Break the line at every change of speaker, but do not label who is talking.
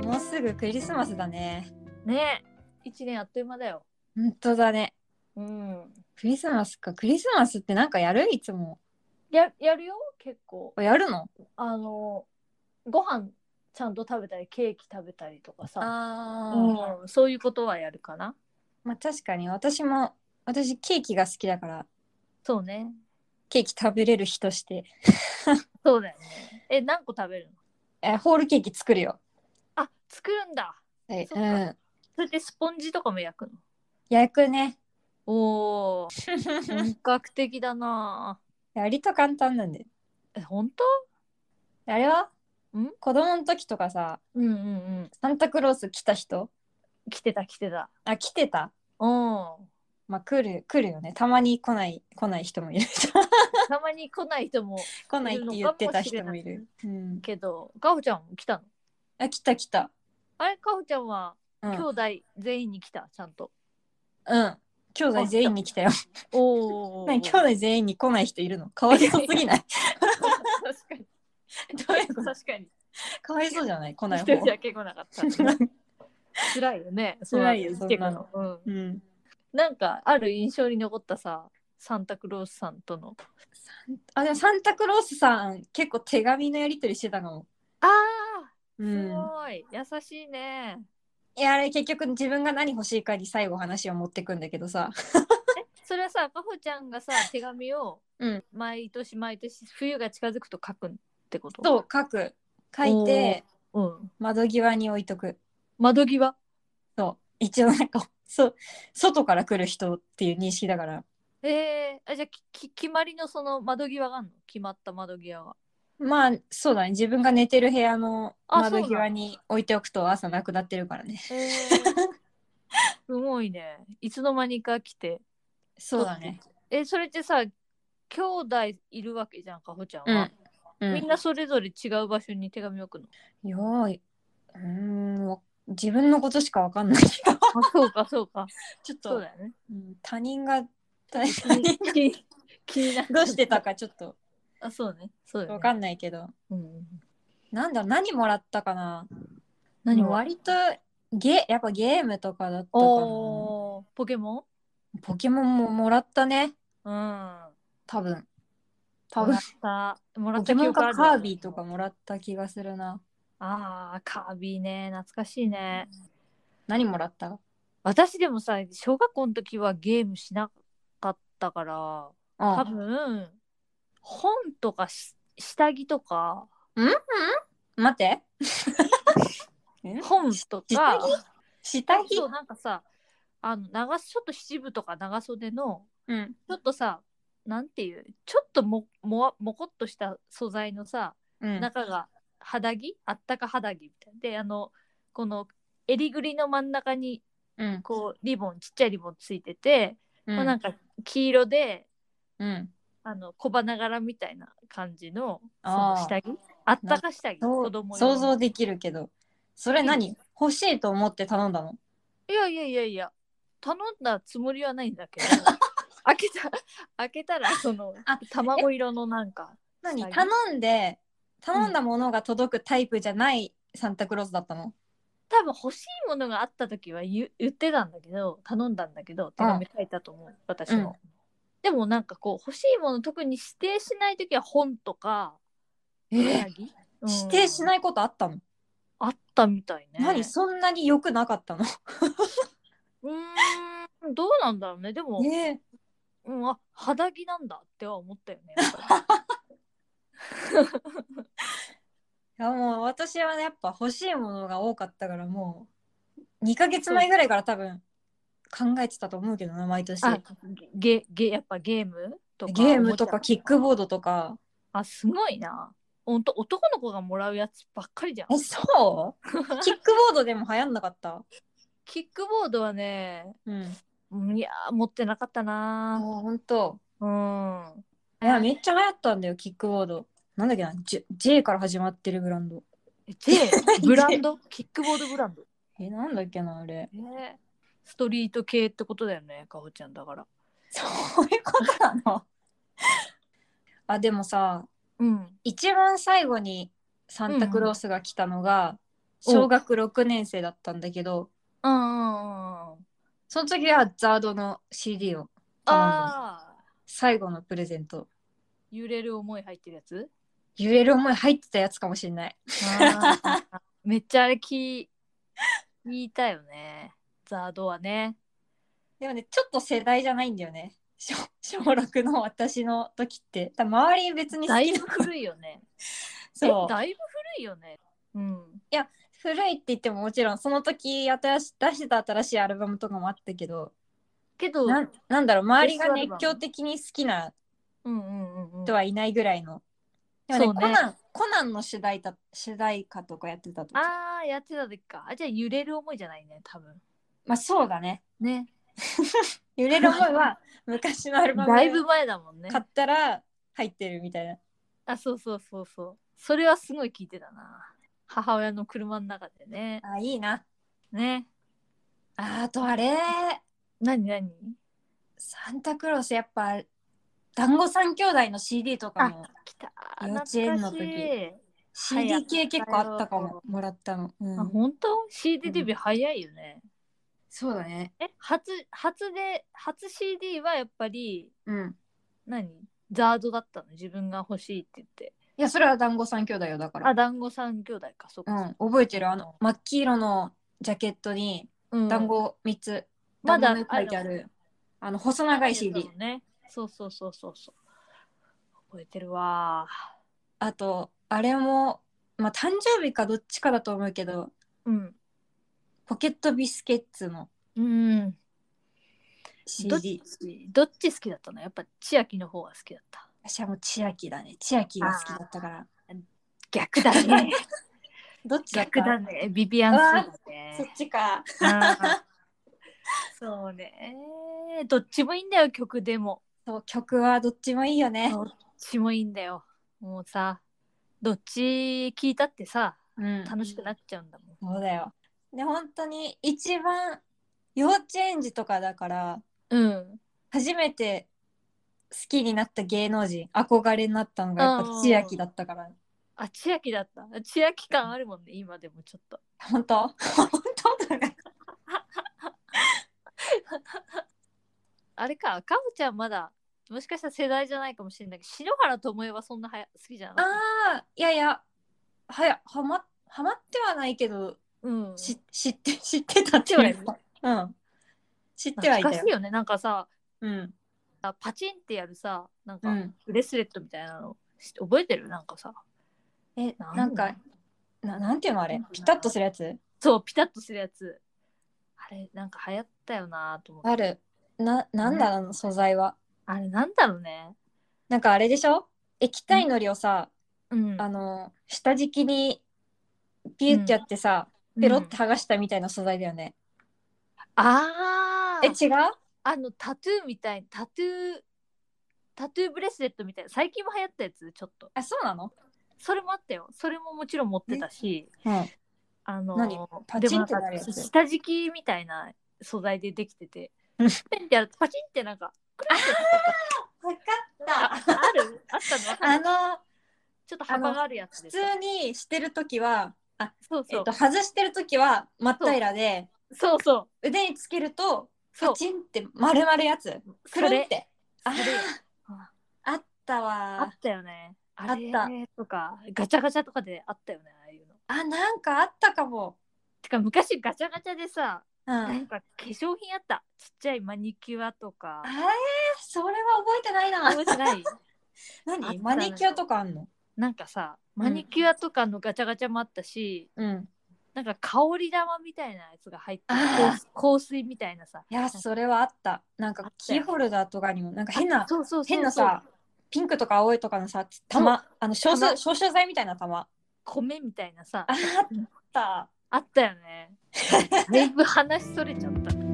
クリスマスだね。
ね一年あっという間だよ。
本当だね。
うん。
クリスマスか。クリスマスってなんかやるいつも。
ややるよ結構。
あやるの
あのご飯ちゃんと食べたりケーキ食べたりとかさ、
あー
うん、そういうことはやるかな。
まあ確かに私も、私ケーキが好きだから、
そうね。
ケーキ食べれる日として、
そうだよね。え何個食べるの
えーホールケーキ作るよ。
あ作るんだ。
はい。
そ
う
っか
ん。
それでスポンジとかも焼くの。
焼くね。
おお本格的だな。
割と簡単なんで。
え本当？
あれは
ん
子供の時とかさ、
うんうんうん。
サンタクロース来た人
来てた来てた。
あ、来てた
うん。
まあ来る、来るよね。たまに来ない、来ない人もいる。
たまに来ない人も
来ないって言ってた人もいる。うん。
けど、かほちゃんも来たの。
あ、来た来た。
あれ、かほちゃんは
うん。
兄弟全員に来た、ちゃんと。
うん。兄弟全員に来たよ。
おお。
何兄弟全員に来ない人いるのかわいそうすぎない
確かに。
どういうこと
確かに。
かわいそうじゃない来ない
一
方
人だけ来な かった。辛いよね。
辛いよ
そうなの
そ
うん。
うん。
なんか、ある印象に残ったさ、サンタクロースさんとの。
あ、でもサンタクロースさん、結構手紙のやり取りしてたかも。
あ
う
あ、す
ん。
ごい。優しいね。
いや、あれ結局自分が何欲しいかに最後話を持ってくんだけどさ。
それはさ、かほちゃんがさ、手紙を
うん
毎年毎年、冬が近づくと書くってこと
そう、書く。書いて、
う。うん。
窓際に置いとく。
窓際。
そう。一応なんか、 そう、外から来る人っていう認識だから。
えー、あじゃあきき決まりのその窓際があるの決まった窓際が。
まあ、そうだね。自分が寝てる部屋の
あそうな
窓
の
際に置いておくと朝なくなってるからね。
えー、 すごいね。いつの間にか来て。
そうだね。
えそれってさ兄弟いるわけじゃんかほちゃんは、
うん。
みんなそれぞれ違う場所に手紙送るの。
よーい。うーん、わ自分のことしかわかんないけ ど。
あそうかそうか。
ちょっ
そう
と、
だよね。
うん他人が、他人
気に気に気になる
どうしてたかちょっと
あそうね。そうだよね
わかんないけど。
うん、
なんだろう、何もらったかな
何
もう
を
割とゲやっぱゲームとかだったかな
おーポケモ
ポケモンももらったね
ンうん。
多分多
も
分
らった。もら
ポ
っ
ケ
た
モン
記憶あ
か
る
カービィとかもらった気がするな
ああカービィね懐かしいね。
何もらった
私でもさ小学校の時はゲームしなかったから多
あ
分本とかし下着とか
待って
本とか
下着
そうなんかさあの長ちょっと七分とか長袖の
うん
ちょっとさなんていうちょっとももわもこっとした素材のさ
うん
中が肌着あったか肌着みたいなであのこの襟ぐりの真ん中に
うん
こうリボンちっちゃいリボンついてて、
うん
まあなんか黄色で
うん
あの小花柄みたいな感じのそ
あ
の
ー
下着あったか下着
そ
子
う
供用の
想像できるけどそれ何欲しいと思って頼んだの
いやいやいやいや頼んだつもりはないんだけ ど開けた開けたらその
あ
卵色のなんか
何
下着
頼んで頼んだものが届くタイプじゃないサンタクロースだったの
多分欲しいものがあった時は言う言ってたんだけど頼んだんだけど手紙書いたと思う、私も、でもなんかこう欲しいもの特に指定しない時は本とか下着、うん
指定しないことあったの
あったみたいね
何そんなに良くなかったの
うーんどうなんだろうねでも、
ね え
うん、あ肌着なんだっては思ったよね。やっぱ
いやもう私はねやっぱ欲しいものが多かったからもう2ヶ月前ぐらいから多分考えてたと思うけどな毎年
りあゲゲやっぱゲームとか
ゲームとかキック
ー
ボードとか
あすごいな。ほんと男の子がもらうやつばっかりじゃん
え。そう キックボードでも流行んなかった
キックボードはね
うん
うんいやー持ってなかった
あ
な
ほんと
ー。うん。
いやめっちゃ流行ったんだよキックボードなんだっけな J, J から始まってるブランド
え J ブランドキックボードブランド。
えなんだっけなあれ
えーストリート系ってことだよねかほちゃんだから。
そういうことなの あでもさ
うん。
一番最後にサンタクロースが来たのが、小学6年生だったんだけど
うんうんうん。
その時はザードの CD を頼んだ
ああ、
最後のプレゼント
揺れる思い入ってるや つ
揺れる思い入ってたやつかもしれない
あーめっちゃあれ聞い聞いたよね。ザードはね。
でもねちょっと世代じゃないんだよね小小6の私の時って多分周り別に好
だ
き
い
な
ぶ
子
古いよね。
そう
えだいぶ古いよね。うん。
古いって言ってももちろんその時新し出してた新しいアルバムとかもあったけど、
けど、
なんなんだろう周りが
ベストアル
熱
バム
狂的に好きな
うんうんうんうん。
人はいないぐらいの。でもね
そうね
コナンコナンの主題歌主題歌とかやってた時
ああ、やってた時か。あ、じゃあ揺れる思いじゃないね、多分。
まあそうだね
ね。
「揺れる思い」 は昔のアルバム
だいぶ前だもんね。
買ったら入ってるみたいな
あ、そうそうそうそう。それはすごい聞いてたな。母親の車の中でね。
あいいな
ね。
ああとあれ
なになに
サンタクロースやっぱ団子三兄弟の CD とかも
来た。
幼稚園の時
懐かしい
CD 系結構あったかももらったの、う
あ、
ん、
本当 ?CD デビュー早いよね。
そうだね
え、初、初で、初 CD はやっぱり、
うん
何ザードだったの自分が欲しいって言って。
いやそれは団子三兄弟よだから
あ、団子三兄弟か、そう
う
か
ん。覚えてるあの真っ黄色のジャケットに
うん
団子3つ、
まだ
団子の絵書いてあるあの細長い CD
ね。そうそうそうそうそう。覚えてるわ。
あとあれもまあ誕生日かどっちかだと思うけど
うん。
ポケットビスケッツの
うん。どっ
CD
ちどっち好きだったのやっぱ千秋の方が好きだった。
私はもう千秋だね千秋が好きだったから
逆だね。
どっちだった
逆だね。ビビアンスだ
そっ
ね。
ちか
あー そうね。どっちもいいんだよ、曲でも。
そう曲はどっちもいいよね
どっちもいいんだよ。もうさ、どっち聞いたってさ、
うん
楽しくなっちゃうんだもん。
そうだよで本当に一番幼稚園児とかだから
うん。
初めて好きになった芸能人憧れになったのがやっ
う
ぱ
ん
千秋だったから
あ、千秋だった。千秋感あるもんね、今でもちょっと。
本当本当だね
あれか、かぶちゃんまだ、もしかしたら世代じゃないかもしれないけど、篠原ともえはそんなはや好きじゃな
あ
い
あいやいやはやはまはまってはないけど
うん。
し知って知ってたっていうかうん知ってはいた
懐
よ
かしいよね。なんかさ、
うん
あパチンってやるさ、なん
う
か、
ん
ブレスレットみたいなの、し覚えてるなんかさ。
え
なん
なんかななんていうのあれピタッとするやつ
そう、ピタッとするやつ。あれ、なんか流行ったよなと思って。
あるななんだろうあの素材は
あれ、なんだろうね。
なんかあれでしょ液体のりをさ、
うん。
あの下敷きにピュってやってさ、ペロって
うん
剥がしたみたいな素材だよね。
ああ
え違う
あの、タトゥーみたい、タトゥー、タトゥーブレスレットみたいな、最近も流行ったやつ、ちょっと。
あそうなの、
それもあったよ。それももちろん持ってたし。
うん、
あの
何パチンってなるやつ
でもんか下敷きみたいな素材でできてて、
うん
ペンってやるとパチンってなんか、
分か
ああるあったのわか
あ
る
の
ちょっと幅があるやつ
普
で
通
す。
にしてる時はあ、
そう
え
そう
っと、外してる時は真っ平らで
そうそう。
腕につけると
そう
パチンって丸々やつく
そ
るん
れ
っ。てあ
それ
ーあった
あ
わ
ったよね。
あ
あ
っ
れ
た
とか、ガチャガチャとかであったよね、ああいうの。
あなんかあったかも、
てか昔ガチャガチャでさ、
うん、あ
な
え
んか化粧品あった。ちっちゃいマニキュアとか。
ーそれは覚えてないな
覚えて ないあった
何
ね
マニキュアとかあんの
なんかさ、
うん
マニキュアとかのガチャガチャもあったし、
うん
なんか香り玉みたいなやつが入ってる
あ
香水みたいなさ
いやそれはあったなん
あ
か
った
キ
よ
ーホルダーとかにもなんか変な
そうそうそうそう
変なさピンクとか青いとかのさ玉あの消
玉
臭消臭剤みたいな玉
米みたいなさ
ああった
あったよねだいぶ話それちゃった